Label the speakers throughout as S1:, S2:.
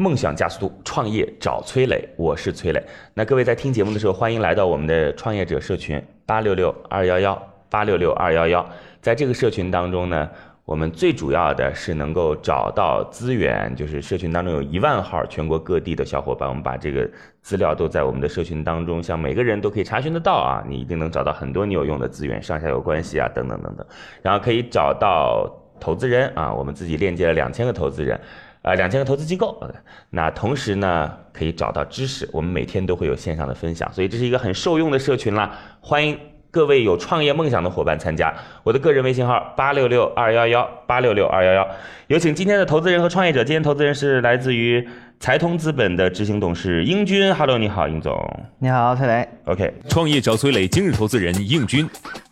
S1: 梦想加速度，创业找崔磊，我是崔磊。那各位在听节目的时候，欢迎来到我们的创业者社群八六六二幺幺八六六二幺幺。在这个社群当中呢，我们最主要的是能够找到资源，就是社群当中有一万号全国各地的小伙伴，我们把这个资料都在我们的社群当中，像每个人都可以查询得到啊，你一定能找到很多你有用的资源，上下游关系啊，等等等等，然后可以找到投资人啊，我们自己链接了两千个投资人。呃，两千个投资机构，呃那同时呢，可以找到知识。我们每天都会有线上的分享，所以这是一个很受用的社群啦。欢迎各位有创业梦想的伙伴参加。我的个人微信号八六六二幺幺八六六二幺幺。有请今天的投资人和创业者。今天投资人是来自于财通资本的执行董事英军。Hello，你好，英总。
S2: 你好，崔磊。
S1: OK，
S3: 创业找崔磊，今日投资人应军，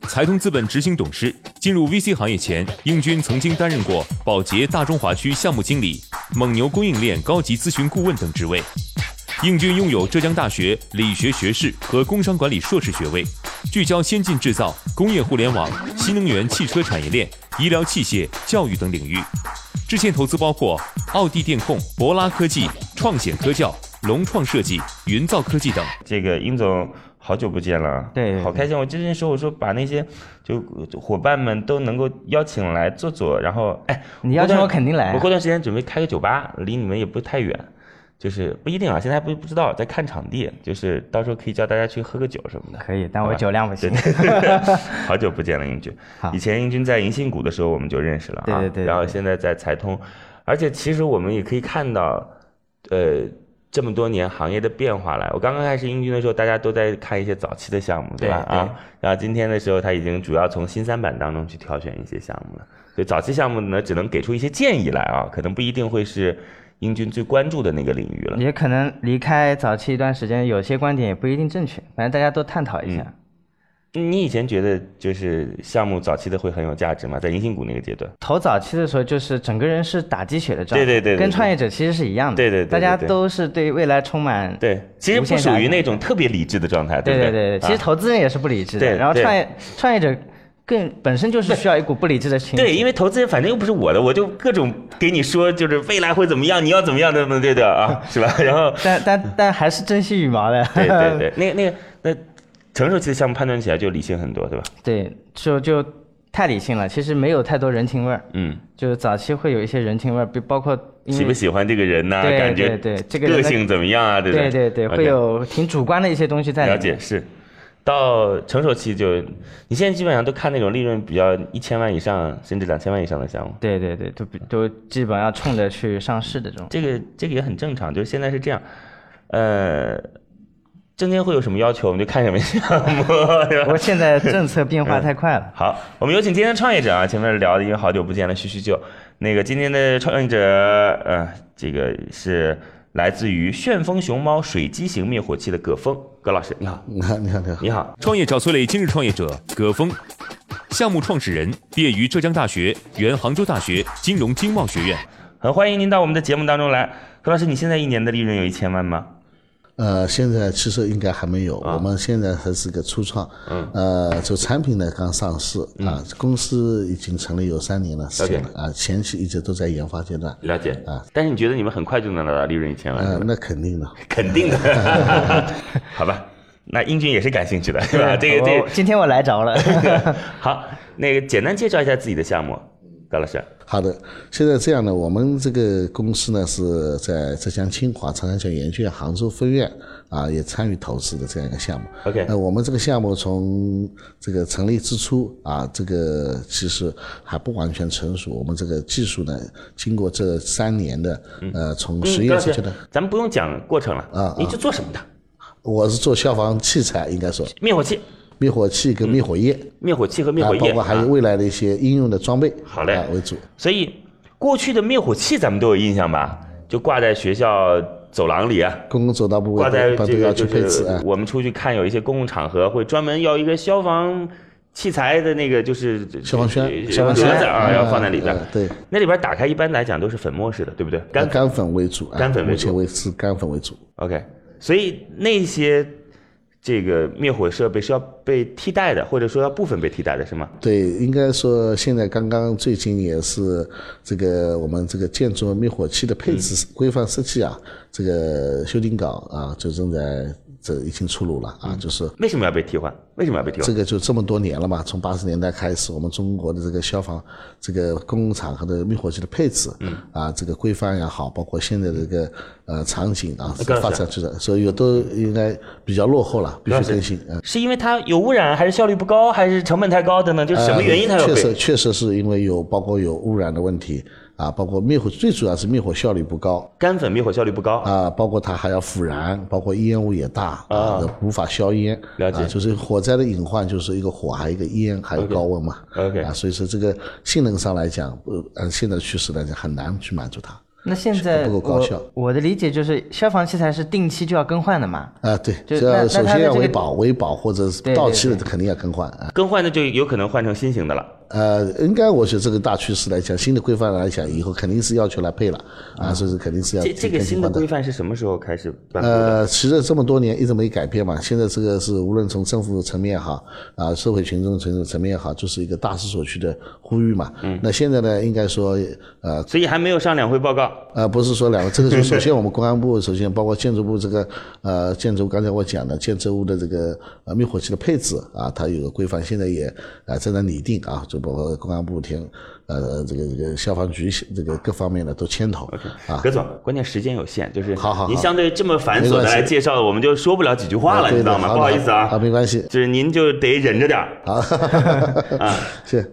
S3: 财通资本执行董事。进入 VC 行业前，应军曾经担任过宝洁大中华区项目经理、蒙牛供应链高级咨询顾问等职位。应军拥有浙江大学理学学士和工商管理硕士学位，聚焦先进制造、工业互联网、新能源汽车产业链、医疗器械、教育等领域。之前投资包括奥地电控、博拉科技、创显科教、龙创设计、云造科技等。
S1: 这个英总好久不见了，
S2: 对对
S1: 好开心！我之前说我说把那些就就伙伴们都能够邀请来坐坐，然后哎，
S2: 你邀请我肯定来
S1: 我过段时间准备开个酒吧，离你们也不太远，就是不一定啊，现在还不不知道，在看场地，就是到时候可以叫大家去喝个酒什么的。
S2: 可以，但
S1: 好
S2: 我
S1: 吧
S2: 酒量不行。
S1: 好久不见了，英军。
S2: 好
S1: 以前英军在银杏谷的时候我们就认识了啊，
S2: 对对对对
S1: 然后现在在财通，而且其实我们也可以看到，呃，这么多年行业的变化来。我刚刚开始英军的时候，大家都在看一些早期的项目，吧？
S2: 对对
S1: 啊，然后今天的时候，他已经主要从新三板当中去挑选一些项目了。所以早期项目呢，只能给出一些建议来啊，可能不一定会是英军最关注的那个领域了。
S2: 也可能离开早期一段时间，有些观点也不一定正确，反正大家都探讨一下。
S1: 嗯你以前觉得就是项目早期的会很有价值吗？在银杏谷那个阶段？
S2: 头早期的时候，就是整个人是打鸡血的状态，
S1: 对对对对
S2: 跟
S1: 对
S2: 创业者其实是一样的，
S1: 对对对对
S2: 大家
S1: 对
S2: 都是对未来充满，
S1: 对，其实
S2: 无
S1: 不
S2: 限
S1: 属
S2: 遐
S1: 于
S2: 想
S1: 那种特别理智的状态，
S2: 对
S1: 不
S2: 对对，
S1: 对
S2: 其实
S1: 啊
S2: 投资人也是不理智的，
S1: 对
S2: 然后
S1: 对
S2: 创业创业者更本身就是需要一股不理智的情绪，
S1: 对，因为投资人反正又不是我的，我就各种给你说，就是未来会怎么样，你要怎么样，对不对 的啊，是吧？然后，
S2: 但但但还是珍惜羽毛的，
S1: 对对对，那那个那成熟期的项目判断起来就理性很多，对吧？
S2: 对，就就太理性了，其实没有太多人情味儿，
S1: 嗯，
S2: 就是早期会有一些人情味儿，比包括因
S1: 喜
S2: 为
S1: 不喜欢这个人呐、
S2: 对
S1: 感觉
S2: 对对这个人
S1: 个
S2: 的
S1: 性怎么样啊？对
S2: 对
S1: 对
S2: 对对，会有挺主观的一些东西在里
S1: 了
S2: 面。
S1: 解是。到成熟期就，你现在基本上都看那种利润比较一千万以上，甚至两千万以上的项目。
S2: 对对对，都比都基本要冲着去上市的这种。
S1: 这个这个也很正常，就是现在是这样，呃，证监会有什么要求，我们就看什么项目， 对
S2: 不
S1: 吧
S2: 过？现在政策变化太快 了。
S1: 好，我们有请今天的创业者啊，前面聊的因为好久不见了，叙叙旧。那个今天的创业者，呃，这个是来自于旋风熊猫水机型灭火器的葛峰葛老师，你 好，
S4: 你好，你好，你好。
S1: 你好，
S3: 创业找崔磊，今日创业者葛峰，项目创始人，毕业于浙江大学，原杭州大学金融经贸学院。
S1: 很欢迎您到我们的节目当中来。葛老师，你现在一年的利润有一千万吗？
S4: 呃，现在其实应该还没有，我们现在还是个初创。啊嗯。呃，就产品呢刚上市啊，公司已经成立有三年了，时间了啊，前期一直都在研发阶段。
S1: 了解
S4: 啊，
S1: 但是你觉得你们很快就能拿到利润一千万？是吧
S4: 呃，那肯定的。
S1: 肯定的，好吧？那英俊也是感兴趣的，是 吧？这个这
S2: 我今天我来着 了，
S1: 个好，那个简单介绍一下自己的项目，高老师。
S4: 好的，现在这样呢，我们这个公司呢是在浙江清华长三角研究院杭州分院啊，也参与投资的这样一个项目。
S1: OK
S4: 那我们这个项目从这个成立之初啊，这个其实还不完全成熟。我们这个技术呢，经过这三年的呃，从实
S1: 高
S4: 验
S1: 老
S4: 出
S1: 师
S4: 去的，，
S1: 咱们不用讲过程了，您是做什么的？
S4: 我是做消防器材，应该说
S1: 灭火器、
S4: 灭火器跟灭火液
S1: 灭火器和灭
S4: 啊，
S1: 火
S4: 包
S1: 液
S4: 括还有
S1: 啊。
S4: 未来的一些应用的装备
S1: 好嘞
S4: 啊为主。
S1: 所以过去的灭火器咱们都有印象吧？就挂在学校走廊里啊，
S4: 公共走道部
S1: 挂在
S4: 位把
S1: 这
S4: 都
S1: 个
S4: 要去
S1: 就
S4: 配
S1: 是
S4: 置啊。
S1: 我们出去看有一些公共场合会专门要一个消防器材的那个就是
S4: 消防
S1: 呃
S4: 栓，消防嗯
S1: 格
S4: 栓
S1: 子啊，要放在里边
S4: 呃。对，
S1: 那里边打开一般来讲都是粉末式的，对不对？干
S4: 干粉为主啊，
S1: 干粉为
S4: 目
S1: 主
S4: 前为止干粉为主。
S1: OK，所以那些这个灭火设备是要被替代的，或者说要部分被替代的，是吗？
S4: 对，应该说现在刚刚最近也是这个我们这个建筑灭火器的配置规范设计啊，这个修订稿啊，就正在这已经出炉了
S1: 嗯
S4: 啊，就是
S1: 为什么要被替换？为什么要被替
S4: 这
S1: 换？
S4: 个就这么多年了嘛，从八十年代开始，我们中国的这个消防、这个公共场合的灭火器的配置，嗯，啊，这个规范也好，包括现在的这个呃场景啊
S1: 刚才
S4: 发展出来，所以有都应该比较落后了，必须更新。嗯，
S1: 是因为它有污染，还是效率不高，还是成本太高等等？就是什么原因它要
S4: 呃
S1: 被？
S4: 确实，确实是因为有包括有污染的问题啊，包括灭火，最主要是灭火效率不高。
S1: 干粉灭火效率不高，
S4: 啊，包括它还要腐燃，包括烟雾也大啊，无法消烟。
S1: 了解
S4: 啊，就是火灾的隐患，就是一个火，还有一个烟，还有高温嘛。
S1: OK
S4: 啊，所以说这个性能上来讲，呃，按现在的趋势来讲，很难去满足它。
S2: 那现在
S4: 不够高效
S2: 我我的理解就是，消防器材是定期就要更换的嘛？
S4: 啊，对，
S2: 就
S4: 这
S2: 那
S4: 要
S2: 那它
S4: 首
S2: 的
S4: 先要
S2: 这个
S4: 维保，维保或者是
S2: 对
S4: 到
S2: 对
S4: 期了
S2: 对
S4: 肯定要更换啊。
S1: 更换的就有可能换成新型的了。
S4: 呃，应该我觉得这个大趋势来讲，新的规范来讲，以后肯定是要求来配了啊，所以说肯定是
S1: 嗯
S4: 要
S1: 这这个新
S4: 更新
S1: 的
S4: 换代
S1: 规范是什么时候开始颁布的？
S4: 呃，其实这么多年一直没改变嘛。现在这个是无论从政府层面也好，啊，社会群众层层面也好，就是一个大势所趋的呼吁嘛。嗯。那现在呢，应该说，呃
S1: 所以还没有上两会报告。
S4: 呃，不是说两个，这个就是首先我们公安部，首先包括建筑部这个呃建筑，刚才我讲的建筑物的这个呃灭火器的配置啊，它有个规范，现在也啊正在拟定啊，就包括公安部天呃这个这个消防局这个各方面的都牵头啊。
S1: 葛总，关键时间有限，就是
S4: 好好好
S1: 您相对这么繁琐的
S4: 没关系
S1: 来介绍，我们就说不了几句话了，
S4: 对
S1: 你知
S4: 的
S1: 道吗？
S4: 好
S1: 不
S4: 的
S1: 好意思
S4: 啊，
S1: 啊，
S4: 没关系，
S1: 就是您就得忍着点儿。
S4: 好，
S1: 啊，
S4: 是，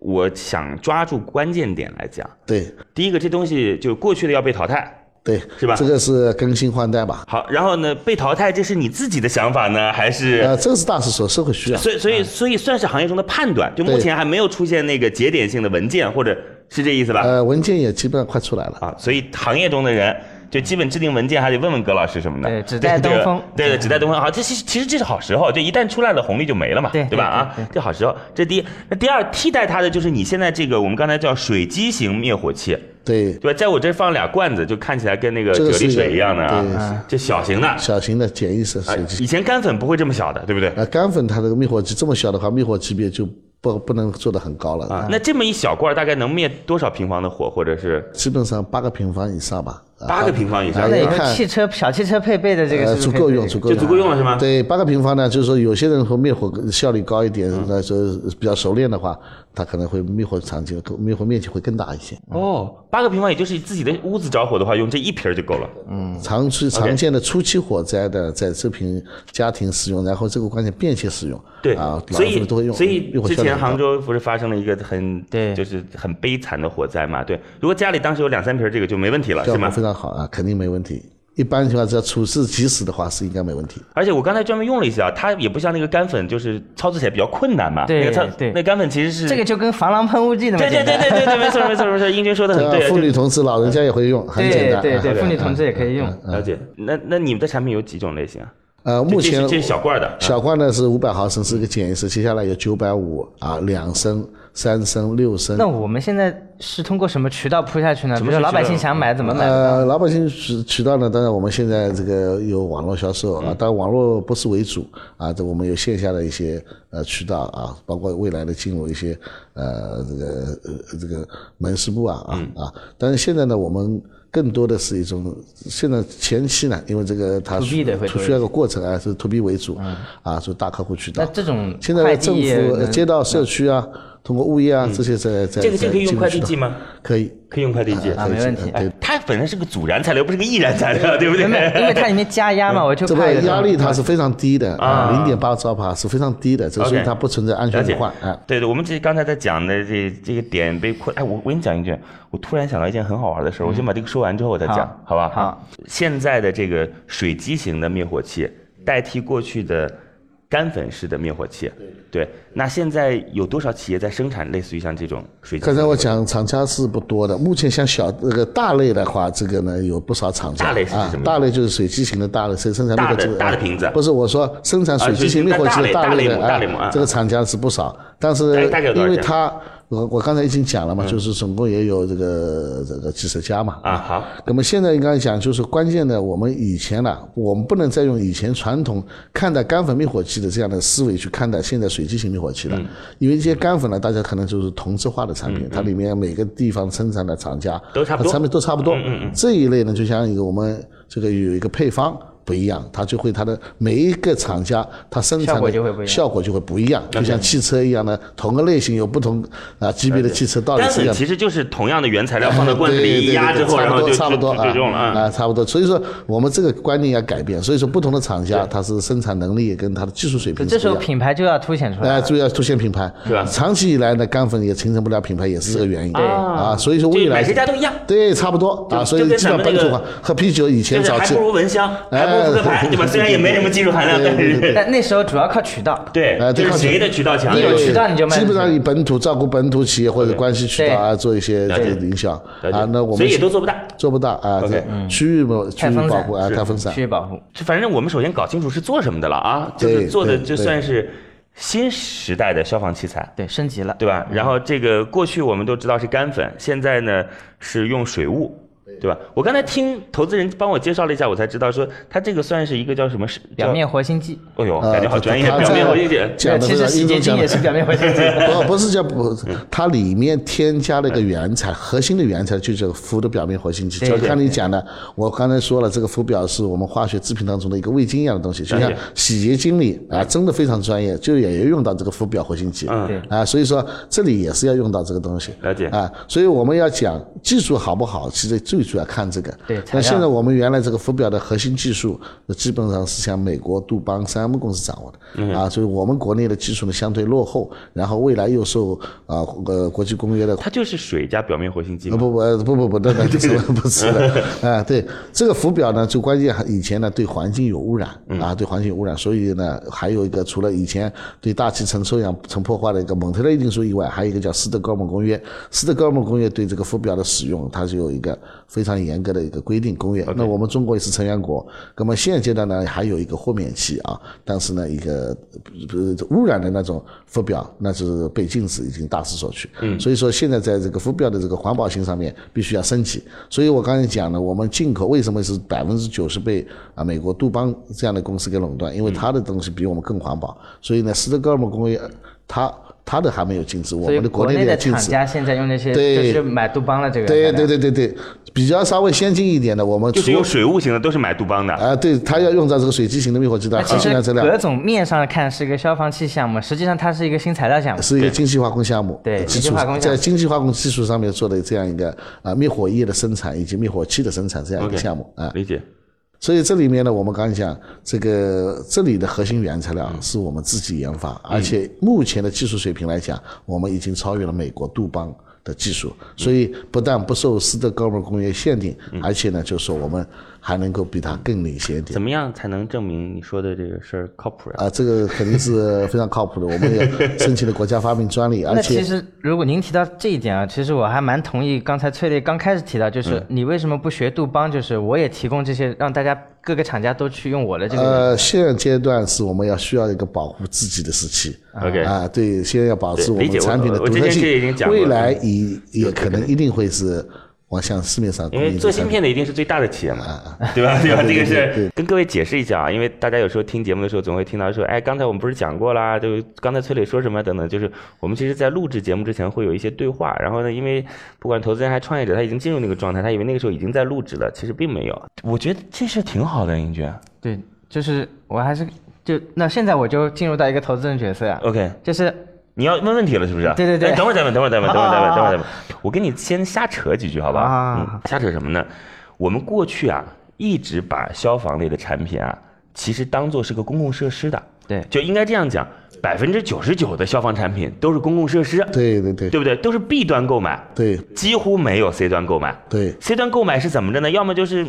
S1: 我想抓住关键点来讲，
S4: 对。
S1: 第一个，这东西就过去的要被淘汰。
S4: 对，
S1: 是吧
S4: 这个是更新换代吧？
S1: 好，然后呢，被淘汰，这是你自己的想法呢，还是
S4: 呃，？这个是大势所社啊会需要。
S1: 所以，所以，所以算是行业中的判断。就目
S4: 嗯对
S1: 前还没有出现那个节点性的文件，或者是这意思吧？
S4: 呃，文件也基本上快出来了。
S1: 啊，所以行业中的人就基本制定文件还得问问葛老师什么的。
S2: 对只待
S1: 这
S2: 东
S1: 个
S2: 风
S1: 对
S4: 嗯
S1: 对，只待东风。好，这其实其实这是好时候，就一旦出来了红利就没了嘛，
S2: 对
S1: 吧？啊，这好时候，这第一。那第二，替代它的就是你现在这个我们刚才叫水基型灭火器，
S4: 对，
S1: 对吧？在我这放俩罐子，就看起来跟那个
S4: 这
S1: 啫
S4: 个是
S1: 喱
S4: 一个
S1: 水一样的
S4: 对
S1: 啊，就小型的。
S4: 小型的简易式
S1: 啊
S4: 水机。
S1: 以前干粉不会这么小的，对不对？
S4: 呃，干粉它这个灭火器这么小的话，灭火级别就不不能做得很高了。
S1: 啊，那这么一小罐儿大概能灭多少平方的火，或者是
S4: 基本上八个平方以上吧。啊
S1: 八个平方以上
S4: 啊
S2: 那以
S4: 要
S2: 后
S4: 看
S2: 汽车小汽车配备的这个
S4: 呃
S2: 是不是
S4: 足
S2: 可以
S4: 够
S2: 配
S4: 用，
S2: 这
S4: 足
S2: 个
S4: 够
S1: 就足够用啊了是吗？
S4: 对，八个平方呢，就是说有些人和灭火呃效率高一点，那时候比较熟练的话，他可能会灭火场景、灭火面积会更大一些。
S1: 哦，八个平方也就是自己的屋子着火的话，用这一瓶儿就够了。
S4: 啊常出常见的初期火灾的，在这瓶家庭使用，然后这个关键便携使用，
S1: 对
S4: 啊，老
S1: 所
S4: 人
S1: 以
S4: 们都会用。
S1: 所以
S4: 用火
S1: 之
S4: 效率
S1: 前
S4: 很高
S1: 杭州不是发生了一个很
S2: 对
S1: 就是很悲惨的火灾嘛？对，如果家里当时有两三瓶儿这个就没问题了，是
S4: 效果
S1: 吗？
S4: 非常好啊，肯定没问题。一般情况只要处置及时的话，是应该没问题。
S1: 而且我刚才专门用了一下，它也不像那个干粉，就是操作起来比较困难嘛。
S2: 对
S1: 那个操
S2: 对
S1: 那干粉其实是
S2: 这个就跟防狼喷雾剂那么
S1: 对对
S2: 简单
S1: 对对对对，没错没错没错，英军说的很
S4: 这
S1: 对啊。
S4: 样呃妇
S1: 就
S4: 女同志、老人家也会用，很简单。
S2: 嗯对对
S4: 啊
S2: 对，妇女
S1: 嗯
S2: 同志也可以用。
S1: 了解，那那你们的产品有几种类型啊？
S4: 呃，
S1: 就
S4: 目
S1: 这是
S4: 前
S1: 这是小罐儿的，
S4: 小罐呢是五百毫升，是一个简易式，接下来有九百五啊，两升、三升、六升。
S2: 那我们现在是通过什么渠道铺下去呢？
S1: 什
S2: 比
S1: 么
S2: 如说
S1: 渠道
S2: 老百姓想买怎么买？啊
S4: 呃，老百姓渠渠道呢，当然我们现在这个有网络销售
S2: 嗯
S4: 啊，当然网络不是为主啊，这我们有线下的一些呃渠道啊，包括未来的进入一些呃这个呃这个门市部啊啊
S2: 嗯
S4: 啊，但是现在呢，我们。更多的是一种，现在前期呢，因为这个它
S2: To B 的会多一些嗯
S4: 需要个过程啊，是 to B 为主，啊，就大客户渠
S2: 那
S4: 道。
S2: 这种
S4: 现
S2: 快
S4: 在政
S2: 递嗯
S4: 府呃街道社区啊，通过物业啊这些在在
S1: 这个这个可以用
S4: 在进入
S1: 快递
S4: 渠道
S1: 寄吗？
S4: 可以，
S1: 可以用快递寄。
S2: 啊，没问题。
S1: 哎，它本身是个阻燃材料，不是个易燃材料，对不对？
S2: 因 为 因为它里面加压嘛，我就
S4: 嗯这
S2: 怕
S4: 个
S2: 有
S4: 压
S2: 种
S4: 力它是非常低的
S1: 啊
S4: 啊，零点八兆帕是非常低的，这
S1: OK
S4: 所以它不存在安全隐患啊。
S1: 对对，我们这刚才在讲的这这个点被困，哎，我我跟你讲一句，我突然想到一件很好玩的事儿，我
S4: 嗯
S1: 先把这个说完之后我再讲，
S2: 好
S1: 好吧？
S2: 好，
S1: 现在的这个水基型的灭火器代替过去的。干粉式的灭火器。对，那现在有多少企业在生产类似于像这种水晶？
S4: 刚才我讲厂家是不多的，目前像小这个大类的话，这个呢有不少厂家。
S1: 大类是指
S4: 啊
S1: 什么意思，
S4: 大类就是水机型的大类，生生产
S1: 大
S4: 那个
S1: 的
S4: 这个
S1: 大的瓶子
S4: 不是我说生产水机型灭火器的类的
S1: 啊大类大类目大类目啊
S4: 啊，这个厂家是不少，但是
S1: 大概有多少
S4: 因为
S1: 家
S4: 它我我刚才已经讲了嘛，就是总共也有这个这个几十家嘛
S1: 啊，好，
S4: 那么现在应该讲，就是关键的，我们以前呢、我们不能再用以前传统看待干粉灭火器的这样的思维去看待现在水基型灭火器
S2: 嗯
S4: 了，因为这些干粉呢，大家可能就是同质化的产品，它里面每个地方生产的厂家
S1: 都差不多
S4: 它产品都差不
S2: 嗯
S4: 多。这一类呢，就像一个我们这个有一个配方。不一样，它就会它的每一个厂家，它生产的
S2: 效果就会不一样
S4: 效果就会不一样，就像汽车一样的，同个类型有不同啊级别的汽车到底
S1: 干
S4: 是一
S1: 粉
S4: 样的。
S1: 其实就是同样的原材料放到罐子
S4: 对
S1: 里一压之后，
S4: 对对对
S1: 然后就
S4: 差不多
S1: 就
S4: 差
S1: 就
S4: 不
S1: 就
S4: 多
S1: 用了
S4: 啊
S1: 啊。
S4: 啊，差不多。所以说我们这个观念要改变，所以说不同的厂家它是生产能力跟它的技术水
S2: 就
S4: 平
S2: 这时
S4: 是
S2: 候
S4: 不一样。
S2: 品牌就要凸显出来
S4: 哎，
S2: 了。
S4: 主要凸显品牌，
S1: 是吧
S4: 长期以来呢，干粉也形成不了品牌，也是这个原因。对啊，所以说未
S1: 这
S4: 来
S1: 买谁家都一样，
S4: 对差不多
S1: 就
S4: 啊，所以
S1: 就跟
S4: 基本
S1: 咱们
S4: 上
S1: 那
S4: 本土
S1: 个
S4: 化喝啤酒以前
S1: 就是
S4: 早
S1: 还
S4: 期
S1: 不，如蚊香，还不如扑克牌，
S4: 哎
S1: 对吧？虽然也没什么技术含量，但是
S2: 但那时候主要靠渠道，
S1: 对
S4: 哎，
S1: 就
S4: 对
S1: 是谁的渠道强，
S2: 你有
S1: 对
S2: 渠道你就卖
S4: 基本上以本土照顾本土企业或者关系渠道啊，做一些这个影响啊。那我
S1: 所
S4: 们
S1: 以也都做不大。
S4: 做不到啊，
S1: OK，
S4: 这区域嘛，区
S2: 太
S4: 域
S2: 分
S4: 保
S2: 散
S4: 护啊，太分散
S2: 区。域保护。
S1: 这反正我们首先搞清楚是做什么的了啊，就
S4: 对
S1: 是做的
S4: 对
S1: 就
S4: 对
S1: 算是新时代的消防器材，
S2: 对，升级了。
S1: 对吧？然后这个过去我们都知道是干粉，现在呢是用水雾，对吧？我刚才听投资人帮我介绍了一下，我才知道说它这个算是一个叫什么是
S2: 表。面
S1: 叫
S2: 活性剂，
S1: 哎呦，
S4: 啊
S1: 感觉好专业，
S4: 他
S1: 表面
S4: 在
S1: 活性剂。
S4: 讲的
S2: 其
S4: 非
S2: 实
S4: 常
S2: 洗
S4: 一
S2: 洁精
S4: 种讲
S2: 也
S4: 的
S2: 是表 面活性 剂。
S4: 不不是叫不，它里面添加了一个原材，核心的原材就叫氟的表面活性剂。就
S2: 对
S4: 刚你讲的，我刚才说了，这个氟表是我们化学制品当中的一个味精一样的东西，就像
S1: 对
S4: 洗洁精里啊，真的非常专业，就也用到这个氟表活性剂。
S1: 嗯，
S4: 啊，所以说这里也是要用到这个东西。
S1: 了解
S4: 啊，所以我们要讲技术好不好，其实最主要看这个。
S2: 对材
S4: 那
S2: 料
S4: 现在我们原来这个浮表的核心技术，那基本上是像美国杜邦三 M 公司掌握的。啊，所以我们国内的技术呢相对落后，然后未来又受啊呃国际公约的
S1: 它就是水加表面活性剂
S4: 啊
S1: 嘛。
S4: 不不呃不不不，那那不是不是的啊！对这个浮表呢，最关键还以前呢对环境有污染啊，对环境有污染，所以呢还有一个除了以前对大气层臭氧层破坏的一个蒙特勒定数以外，还有一个叫斯德哥尔摩公约。斯德哥尔摩公约对这个浮表的使用，它是有一个非常严格的一个规定公约。那我们中国也是成员国，那么现阶段呢还有一个豁免期啊，但是呢一个呃污染的那种浮表，那是被禁止，已经大势所趋。嗯，所以说现在在这个浮标的这个环保性上面必须要升级。所以我刚才讲了，我们进口为什么是百分之九十被啊美国杜邦这样的公司给垄断？因为它的东西比我们更环保。所以呢，斯德哥尔摩工业它它的还没有禁止，我
S2: 所以
S4: 们的国内
S2: 内
S4: 的也
S2: 的
S4: 禁
S2: 厂
S4: 止。
S2: 家现在用那些，
S4: 对
S2: 就是买杜邦了这个。
S4: 对对。对对对，比较稍微先进一点的，我们
S1: 就是
S4: 除
S1: 用水雾型的，都是买杜邦的。
S4: 啊，对，它要用到这个水基型的灭火器的
S2: 那
S4: 核
S2: 其
S4: 心
S2: 实
S4: 原材料。
S2: 葛总面上看是一个消防器项目，实际上它是一个新材料项目。
S4: 是一个精细化工项目，
S2: 对
S4: 基
S2: 精
S4: 础
S2: 细化工项目
S4: 在精细化工技术上面做的这样一个啊灭火液的生产以及灭火器的生产这样一
S1: OK
S4: 个项目啊，
S1: 理解。
S4: 所以这里面呢，我们刚才讲这个这里的核心原材料啊
S2: 嗯
S4: 是我们自己研发，而且目前的技术水平来讲，我们已经超越了美国杜邦。的技术，所以不但不受斯德哥尔摩公约限定，
S2: 嗯
S4: 而且呢，就是说我们还能够比它更领先一点。
S1: 怎么样才能证明你说的这个事儿靠谱呀、
S4: 啊，这个肯定是非常靠谱的，我 们也申请了国家发明专利，而
S2: 那
S4: 且
S2: 其实如果您提到这一点啊，其实我还蛮同意刚才翠丽刚开始提到，
S4: 嗯
S2: 就是你为什么不学杜邦？就是我也提供这些，让大家各个厂家都去用我的这个。
S4: 呃，现阶段是我们要需要一个保护自己的时期。
S1: OK
S4: 啊，对，现在要保持
S1: 对
S4: 我
S1: 理解
S4: 们产品的
S1: 我我
S4: 独
S1: 之
S4: 特
S1: 前这个已经
S4: 性
S1: 讲，过
S4: 未
S1: 了
S4: 来也也可能一定会是往向市面上供
S1: 因
S4: 应
S1: 为
S4: 的
S1: 做
S4: 产
S1: 芯
S4: 品。
S1: 片的一定是最大的企业嘛，啊对吧？对吧？这个是跟各位解释一下啊，因为大家有时候听节目的时候总会听到说，哎，刚才我们不是讲过啦，就刚才崔磊说什么等等，就是我们其实，在录制节目之前会有一些对话，然后呢，因为不管投资人还是创业者，他已经进入那个状态，他以为那个时候已经在录制了，其实并没有。我觉得这事儿挺好的，英俊。
S2: 对，就是我还是就那现在我就进入到一个投资人角色啊，
S1: OK，
S2: 就是
S1: 你要问问题了是不是？
S2: 对对对
S1: 哎等会儿再问，等会儿 再问，等会儿再问，等会儿再问。我跟你先瞎扯几句，好吧？
S2: 啊
S1: 嗯，瞎扯什么呢？我们过去啊，一直把消防类的产品啊，其实当做是个公共设施的，
S2: 对
S1: 就应该这样讲，百分之九十九的消防产品都是公共设施，
S4: 对对对
S1: 对不对？都是 B 端购买，
S4: 对
S1: 几乎没有 C 端购买。
S4: 对
S1: C 端购买是怎么着呢？要么就是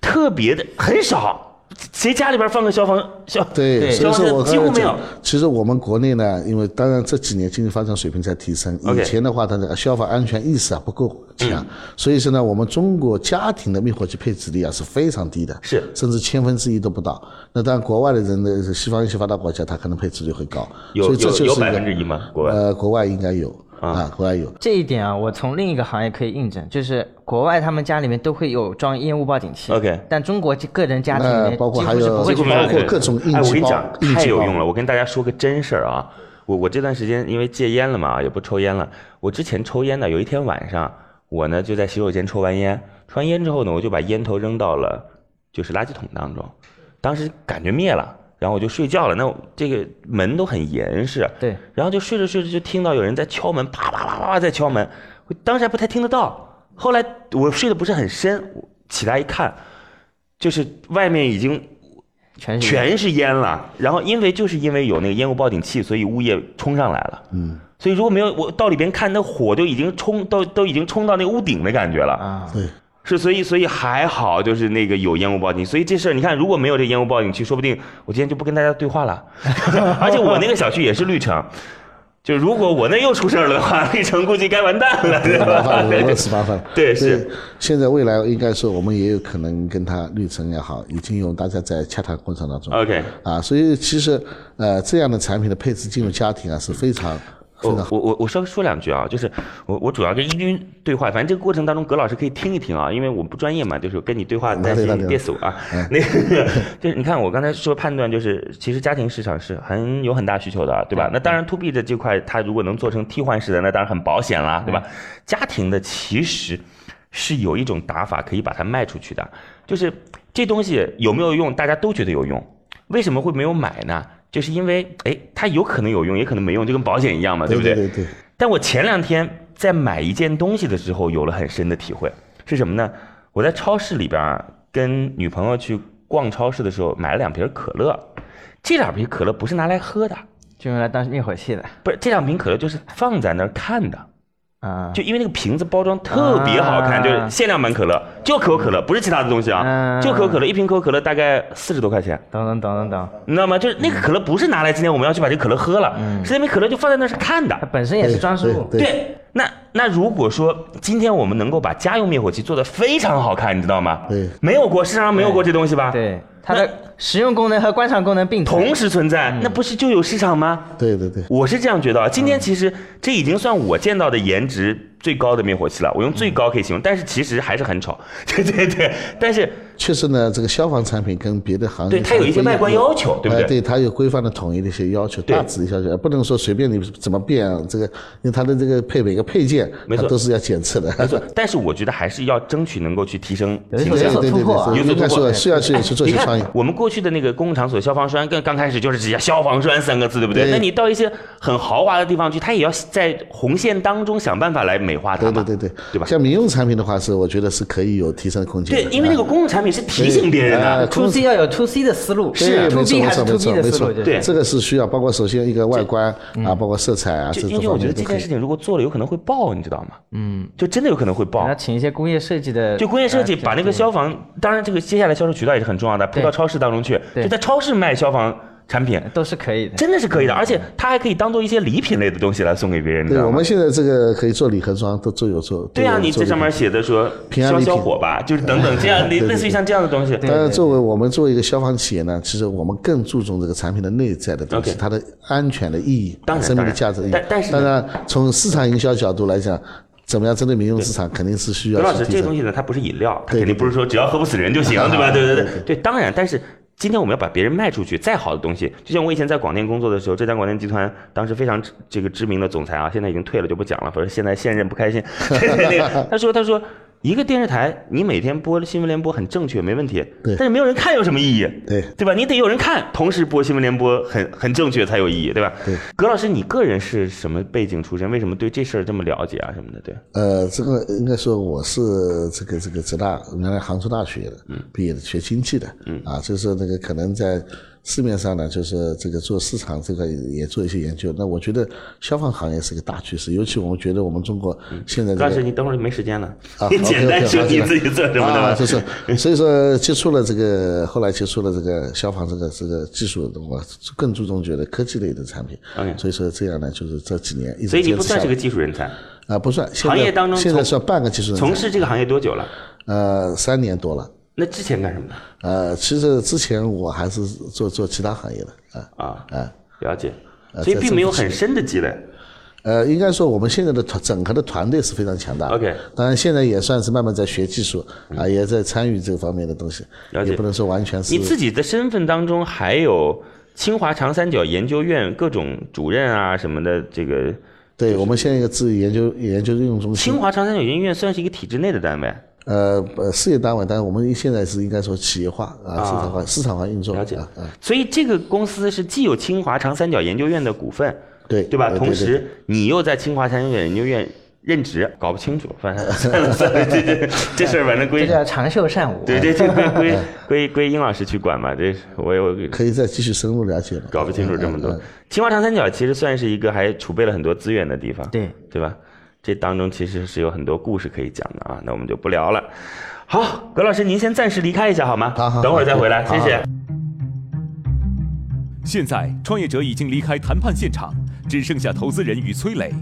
S1: 特别的很少，谁家里边放个消防消？
S4: 对，所以说我
S1: 几乎没有
S4: 刚才讲其实我们国内呢，因为当然这几年经济发展水平在提升，
S1: OK 嗯
S4: 以前的话，它这个消防安全意识啊不够强，所以说呢，我们中国家庭的灭火器配置率啊是非常低的，
S1: 是
S4: 甚至千分之一都不到。那当然，国外的人的西方一些发达国家，它可能配置率会高，
S1: 有
S4: 所以这
S1: 有
S4: 就是
S1: 有
S4: 一个
S1: 百分之一吗？国外
S4: 呃，国外应该有啊，国 外有。
S2: 这一点啊，我从另一个行业可以印证，就是国外他们家里面都会有装烟雾报警器。
S1: OK
S2: 但中国个人家庭里
S4: 那
S2: 面
S4: 包括
S2: 几
S4: 还
S2: 乎是
S4: 有
S2: 不会
S4: 包
S2: 去
S1: 没有
S4: 括各种应
S1: 哎，我
S4: 急
S1: 跟你
S4: 包
S1: 讲，，
S4: 应
S1: 太
S4: 急
S1: 有
S4: 包
S1: 用了。我跟大家说个真事儿啊，我我这段时间因为戒烟了嘛，也不抽烟了。我之前抽烟呢，有一天晚上，我呢就在洗手间抽完烟，抽完烟之后呢，我就把烟头扔到了就是垃圾桶当中，当时感觉灭了。然后我就睡觉了，那我这个门都很严实，
S2: 对，
S1: 然后就睡着睡着就听到有人在敲门，啪啪啪啪啪在敲门，我当时还不太听得到。后来我睡得不是很深，我起来一看，就是外面已经
S2: 全是
S1: 全是烟了。然后因为就是因为有那个烟雾报警器，所以物业冲上来了。嗯，所以如果没有我到里边看，那火就已经冲都都已经冲到那个屋顶的感觉了。
S2: 啊，
S4: 对。
S1: 是，所以所以还好，就是那个有烟雾报警，所以这事儿你看，如果没有这烟雾报警器，说不定我今天就不跟大家对话了。 而且我那个小区也是绿城，就如果我那又出事儿了的话， 绿城估计该完蛋了，对
S4: 麻
S1: 吧？
S4: 烦了，我是麻烦了。
S1: 对是
S4: 所以现在未来应该说，我们也有可能跟他绿城也好，已经有大家在洽谈过程当中。
S1: OK
S4: 啊，所以其实呃，这样的产品的配置进入家庭啊是非常非常
S1: 我我我我稍微说两句啊，就是我我主要跟英军对话，反正这个过程当中，葛老师可以听一听啊，因为我不专业嘛，就是跟你对话，
S4: 嗯
S1: 担心
S4: 对的
S1: 你
S4: 对的
S1: 憋死我啊。
S4: 嗯
S1: 那个就是你看我刚才说判断，就是其实家庭市场是很有很大需求的啊，对吧？
S4: 嗯
S1: 那当然 to B 的这块，它如果能做成替换式的，那当然很保险啦，对吧？
S4: 嗯
S1: 家庭的其实是有一种打法可以把它卖出去的，就是这东西有没有用，大家都觉得有用，为什么会没有买呢？就是因为，哎，它有可能有用，也可能没用，就跟保险一样嘛，不
S4: 对对对。
S1: 但我前两天在买一件东西的时候，有了很深的体会，是什么呢？我在超市里边儿跟女朋友去逛超市的时候，买了两瓶可乐。这两瓶可乐不是拿来喝的，
S2: 就用来当灭火器的
S1: 不是这两瓶可乐就是放在那儿看的，
S2: 啊。
S1: 就因为那个瓶子包装特别好看，
S2: 啊
S1: 就是限量版可乐，就可口可乐，不是其他的东西啊，
S2: 嗯
S1: 就可口可乐，一瓶可口可乐大概四十多块钱。
S2: 等等等等等，
S1: 你知道吗？就是那个可乐不是拿来今天我们要去把这可乐喝了，
S2: 嗯
S1: 是那瓶可乐就放在那儿是看
S2: 它
S1: 的。
S2: 本身也是装饰物。
S4: 对
S1: 对，那那如果说今天我们能够把家用灭火器做得非常好看，你知道吗？
S4: 对
S1: 没有过市场上没有过这东西吧？，
S2: 对，它的实用功能和观赏功能并存。
S1: 啊同时存在，
S2: 嗯
S1: 那不是就有市场吗？
S4: 对对对，
S1: 我是这样觉得啊。今天其实这已经算我见到的颜值最高的灭火器了，我用最高可以
S2: 嗯
S1: 形容，但是其实还是很丑。 对对对，但是
S4: 确实呢，这个消防产品跟别的行业
S2: 嗯
S1: 对它有一些外观要求，对不
S4: 呃
S2: 哎
S1: 对？
S4: 对，它有规范的统一的一些要求，大致的要求，不能说随便你怎么变啊，这个因为它的这个配每个配件，
S1: 没错
S4: 它都是要检测的。
S1: 没错，但是我觉得还是要争取能够去提升
S2: 有一
S1: 形
S2: 种有
S1: 象。
S4: 对
S2: 所
S4: 对对
S2: 突破啊
S4: 对，
S1: 有所
S4: 应该
S1: 突破哎
S4: 说是要去去做一
S1: 你
S4: 些
S1: 看
S4: 创意。
S1: 我们过去的那个公共场所消防栓，更刚开始就是直接消防栓三个字，对不对？
S4: 对
S1: 那你到一些很豪华的地方去，它也要在红线当中想办法来美化它
S4: 对
S1: 嘛。
S4: 对对对，
S1: 对吧
S4: 像民用产品的话，是我觉得是可以有提升的空间的。
S1: 对因为那个
S4: 啊
S1: 公共产品是提醒别人
S4: 对
S1: 的
S4: 呃。
S2: To C 要有 To C 的思路，
S4: 对
S2: To
S4: 没
S2: B
S4: 错
S2: 还是
S4: 没
S2: To
S4: 错
S2: B
S4: 没
S2: 的
S4: 错
S2: 思路，
S4: 没错，
S1: 对
S4: 这个是需要，包括首先一个外观啊，包括色彩啊，
S1: 就
S4: 这
S1: 因为
S4: 这
S1: 我
S4: 方
S1: 觉得
S4: 面都
S1: 这
S4: 可
S1: 件
S4: 以
S1: 事。情如果做了，有可能会爆，你知道吗？嗯，就真的有可能会爆
S2: 要。请一些工业设计的，呃
S1: 呃就工业设计把那个消防，当然这个接下来销售渠道也是很重要的，铺到
S2: 对
S1: 超市当中去，
S2: 对
S1: 就在超市卖消防产品，
S2: 都是可以的。
S1: 真的是可以的，而且它还可以当做一些礼品类的东西来送给别人，你知
S4: 对，
S1: 道
S4: 我
S1: 吗
S4: 们？现在这个可以做礼盒装，都做有做。
S1: 对
S4: 呀
S1: 啊，，你
S4: 做
S1: 这
S4: 礼
S1: 上
S4: 盒
S1: 面写的说
S4: 平安
S1: 消
S4: 礼
S1: 消
S4: 品
S1: 火吧，就是等等这样类类似于像这样的东西。
S4: 当然，作为我们作为一个消防企业呢，其实我们更注重这个产品的内在的东西
S1: OK
S4: 它的安全的意义、
S1: 当然
S4: 生命
S1: 当
S4: 的
S1: 然
S4: 价值意义。
S1: 但但是呢
S4: 当然，从市场营销角度来讲，怎么样针对民用市场，肯定是需
S1: 葛
S4: 要
S1: 老
S4: 去
S1: 师，
S4: 提
S1: 这个
S4: 升
S1: 东。西呢，它不是饮料，它
S4: 对
S1: 肯定
S4: 对
S1: 不是说只要喝不死人就行，对吧？对对对对，当然，但是。今天我们要把别人卖出去，再好的东西，就像我以前在广电工作的时候，浙江广电集团当时非常知这个知名的总裁啊，现在已经退了就不讲了，反正现在现任不 开心。那个他说他说一个电视台，你每天播新闻联播很正确没问题，
S4: 对
S1: 但是没有人看有什么意义？
S4: 对
S1: 对吧？你得有人看，同时播新闻联播很很正确才有意义，对吧？
S4: 对。
S1: 葛老师，你个人是什么背景出身？为什么对这事儿这么了解啊什么的？对，
S4: 呃，这个应该说我是这个
S1: 嗯
S4: 这个浙大原来杭州大学的毕业的，学经济的，啊，就是那个可能在市面上呢，就是这个做市场这块也做一些研究。那我觉得消防行业是个大趋势，尤其我们觉得我们中国现在这
S1: 但是
S4: 个
S1: 嗯你等会儿没时间了
S4: 啊，
S1: 你简单说你自己做什么的
S4: 啊，
S1: 吧。
S4: 就是所以说接触了这个，后来接触了这个消防这个这个技术，我更注重觉得科技类的产品。
S1: OK
S4: 所以说这样呢，就是这几年一直
S1: 所以你
S4: 坚
S1: 不
S4: 持下
S1: 算
S4: 来
S1: 是个技术人才，
S4: 啊，不算现在
S1: 行业当中
S4: 现在
S1: 从
S4: 算半个技术人才
S1: 从事这个行业多久了？
S4: 呃三年多了。
S1: 那之前干什么的
S4: 呃，其实之前我还是做做其他行业的啊，
S1: 啊？
S4: 啊，
S1: 了解，
S4: 呃
S1: 所以
S4: 这
S1: 并没有很深的积累。
S4: 呃，应该说我们现在的团整个的团队啊是非常强大的。
S1: OK
S4: 当然现在也算是慢慢在学技术啊，也在参与这方面的东西，
S1: 了解
S4: 也不能说完全是
S1: 你自己的身份当中还有清华长三角研究院各种主任啊什么的，这个
S4: 对，我们现在一个自己研究研究应用中心
S1: 清，华长三角研究院算是一个体制内的单位。
S4: 呃，呃事业单位，但是我们现在是应该说企业化啊，市场化市场化运作
S1: 了解
S4: 啊，啊，
S1: 所以这个公司是既有清华长三角研究院的股份，
S4: 对
S1: 对吧？
S4: 呃
S1: 同
S4: 对
S1: 时你又在清华长三角研究院任职，搞不清 楚，反正 算了算了，这这这事儿反正
S2: 这
S1: 归
S2: 叫长袖善舞。
S1: 对对这归归
S4: 嗯
S1: 归归英老师去管吧，这我有
S4: 可以再继续深入了解了。
S1: 搞不清楚这么多
S4: 嗯嗯嗯。
S1: 清华长三角其实算是一个还储备了很多资源的地方，
S2: 对
S1: 对吧？这当中其实是有很多故事可以讲的啊，那我们就不聊了。好，葛老师，您先暂时离开一下好吗？
S4: 好好
S1: 等会儿再回来，
S4: 好
S1: 谢谢。
S3: 现在，创业者已经离开谈判现场，只剩下投资人与崔磊，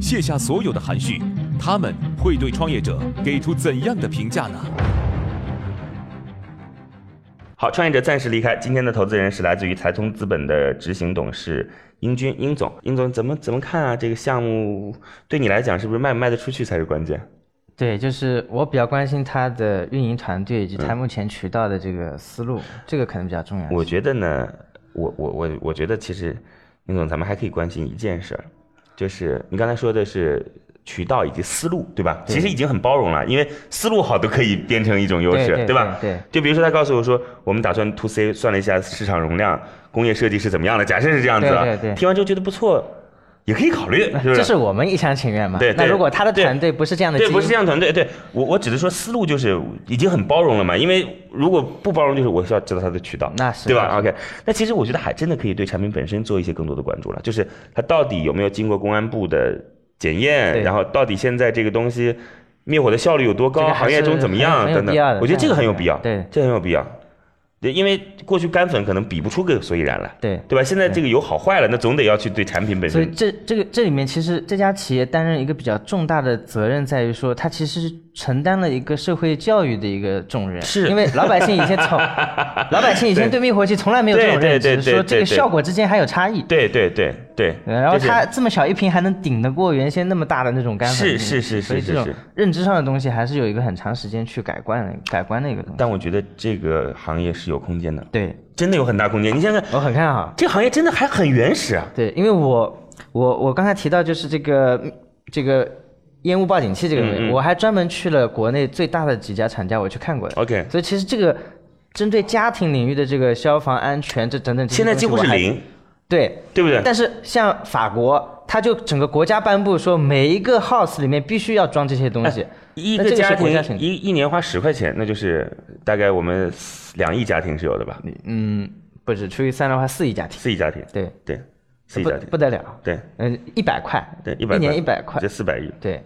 S3: 卸下所有的含蓄，他们会对创业者给出怎样的评价呢？
S1: 好，创业者暂时离开。今天的投资人是来自于财通资本的执行董事英军英总。英总怎么怎么看啊？这个项目对你来讲是不是卖不卖得出去才是关键？
S2: 对，就是我比较关心他的运营团队以及他目前渠道的这个思路，这个可能比较重要。
S1: 我觉得呢，我我我我觉得其实，英总咱们还可以关心一件事儿，就是你刚才说的是渠道以及思路，对吧？其实已经很包容了，因为思路好都可以变成一种优
S2: 对
S1: 势，
S2: 对
S1: 吧？
S2: 对对
S1: 就比如说他告诉我说，我们打算 to C，算了一下市场容量、工业设计是怎么样的，假设是这样子啊，
S2: 对对对
S1: 听完之后觉得不错，也可以考虑，是不
S2: 这是我们一厢情愿嘛？
S1: 对
S2: 那
S1: 对
S2: 如果他的
S1: 对
S2: 团队不是这样的基
S1: 对，
S2: 因，
S1: 不是这样团队。对我，我只是说思路就是已经很包容了嘛，因为如果不包容，就是我需要知道它的渠道，
S2: 那是
S1: 对吧
S2: 那是
S1: ？OK，那其实我觉得还真的可以对产品本身做一些更多的关注了，就是它到底有没有经过公安部的检验，
S2: 对
S1: 然后到底现在这个东西灭火的效率有多
S2: 这
S1: 高，
S2: 个还
S1: 行业中
S2: 是
S1: 怎么
S2: 很有
S1: 样
S2: 很有
S1: 等等
S2: 必要的，
S1: 我觉得这个很有
S2: 这
S1: 必要，
S2: 对
S1: 这很有必要。对，因为过去干粉可能比不出个所以然来，
S2: 对
S1: 对吧？现在这个有好坏了，那总得要去对产品本
S2: 所以
S1: 身，
S2: 这这个这里面其实这家企业担任一个比较重大的责任，在于说它其实是承担了一个社会教育的一个重任，
S1: 是
S2: 因为老百姓以前 从老百姓以前对灭火器从来没有这种
S1: 对
S2: 认
S1: 对
S2: 知，
S1: 对对
S2: 说这
S1: 对
S2: 个
S1: 对
S2: 效果之间还有差异。
S1: 对对对对。
S2: 呃然后
S1: 这是
S2: 它这么小一瓶还能顶得过原先那么大的那种干粉
S1: 是
S2: 面积，
S1: 是是
S2: 所以
S1: 是
S2: 这种
S1: 是是
S2: 认知上的东西还是有一个很长时间去改观的改观的一个东西。
S1: 但我觉得这个行业是有空间的，
S2: 对，
S1: 真的有很大空间。你想想，
S2: 我很看好。
S1: 这个行业真的还很原始啊。
S2: 对，因为我我我刚才提到就是这个这个烟雾报警器这个东西，
S1: 嗯嗯
S2: 我还专门去了国内最大的几家厂家，我去看过的。
S1: OK
S2: 所以其实这个针对家庭领域的这个消防安全这等等这些
S1: 现在
S2: 东
S1: 几
S2: 西我
S1: 乎
S2: 还，
S1: 是零，嗯
S2: 对。
S1: 对不对？
S2: 但是像法国，它就整个国家颁布说每一个 house 里面必须要装这些东西。
S1: 嗯一
S2: 那
S1: 个
S2: 这个
S1: 家
S2: 是国家
S1: 庭
S2: 层
S1: 一一年花十块钱，那就是大概我们两亿家庭是有的吧？
S2: 嗯，不止除以三的话，四亿家庭。
S1: 四亿家庭，
S2: 对，
S1: 对，四亿
S2: 不
S1: 家庭，
S2: 不得了。
S1: 对
S2: 嗯，一百块。
S1: 对，一百
S2: 一年一百块
S1: 这。四百亿。
S2: 对，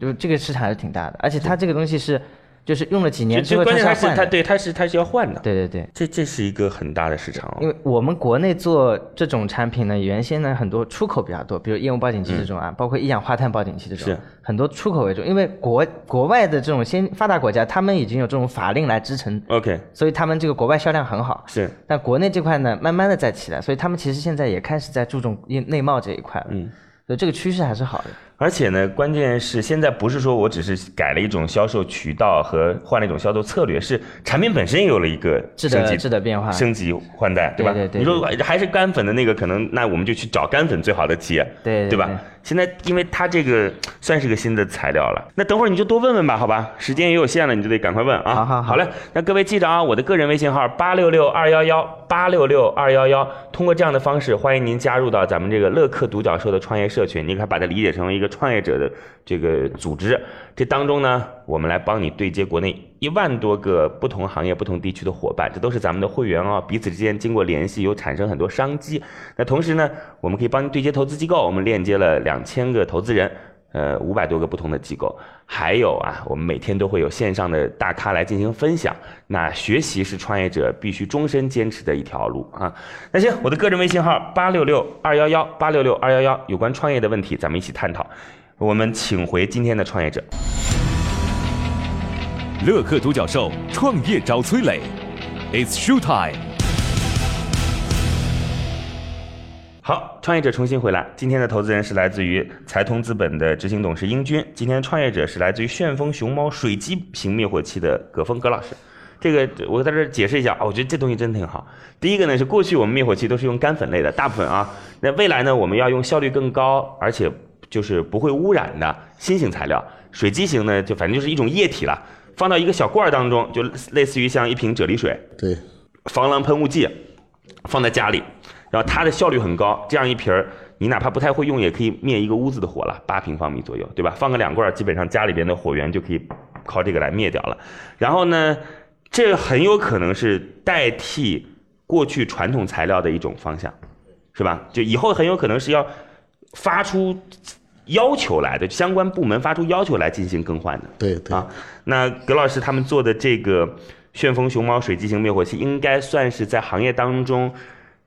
S2: 就这个市场还是挺大的，而且它这个东西是，就是用了几
S1: 就
S2: 年之
S1: 就
S2: 后
S1: 关
S2: 它
S1: 键
S2: 是
S1: 它
S2: 要
S1: 是
S2: 换
S1: 它
S2: 的。
S1: 对它是它是要换的，
S2: 对对对，
S1: 这这是一个很大的市场哦
S2: 因为我们国内做这种产品呢，原先呢很多出口比较多，比如烟雾报警器这种啊，包括一氧化碳报警器这种
S1: 嗯是，
S2: 很多出口为主，因为国国外的这种先发达国家，他们已经有这种法令来支撑，
S1: OK，
S2: 所以他们这个国外销量很好。
S1: 是
S2: 但国内这块呢，慢慢的在起来，所以他们其实现在也开始在注重内内贸这一块了。嗯，所以这个趋势还是好的。
S1: 而且呢，关键是现在不是说我只是改了一种销售渠道和换了一种销售策略，是产品本身也有了一个
S2: 质
S1: 升级
S2: 的质的变化
S1: 升级换代，对吧？
S2: 对对对
S1: 你说还是干粉的那个，可能那我们就去找干粉最好的企业，
S2: 对对
S1: 对吧
S2: 对？
S1: 现在因为它这个算是个新的材料了，那等会儿你就多问问吧，好吧？时间也有限了，你就得赶快问啊。
S2: 好好好
S1: 好嘞，那各位记着啊，我的个人微信号八六六二幺幺八六六二幺幺，通过这样的方式，欢迎您加入到咱们这个乐客独角兽的创业社群。你可以把它理解成为一个个创业者的这个组织。这当中呢，我们来帮你对接国内一万多个不同行业、不同地区的伙伴，这都是咱们的会员啊、彼此之间经过联系，有产生很多商机。那同时呢，我们可以帮你对接投资机构，我们链接了两千个投资人。呃，五百多个不同的机构，还有啊，我们每天都会有线上的大咖来进行分享。那学习是创业者必须终身坚持的一条路啊。那行，我的个人微信号八六六二幺幺八六六二幺幺，有关创业的问题，咱们一起探讨。我们请回今天的创业者，
S3: 乐客独角兽创业找崔磊，It's show time。
S1: 好，创业者重新回来。今天的投资人是来自于财通资本的执行董事英军。今天的创业者是来自于旋风熊猫水机型灭火器的葛峰葛老师。这个我在这儿解释一下啊，我觉得这东西真挺好。第一个呢是过去我们灭火器都是用干粉类的，大部分啊。那未来呢，我们要用效率更高，而且就是不会污染的新型材料。水基型呢，就反正就是一种液体了，放到一个小罐儿当中，就类似于像一瓶啫喱水、
S4: 嗯对，
S1: 防狼喷雾剂，啊放在家里。然后它的效率很高，这样一瓶儿，你哪怕不太会用，也可以灭一个屋子的火了，八平方米左右，对吧？放个两罐儿，基本上家里边的火源就可以靠这个来灭掉了。然后呢，这很有可能是代替过去传统材料的一种方向，是吧？就以后很有可能是要发出要求来的，相关部门发出要求来进行更换的。
S4: 对对
S1: 啊，那葛老师他们做的这个旋风熊猫水机型灭火器，应该算是在行业当中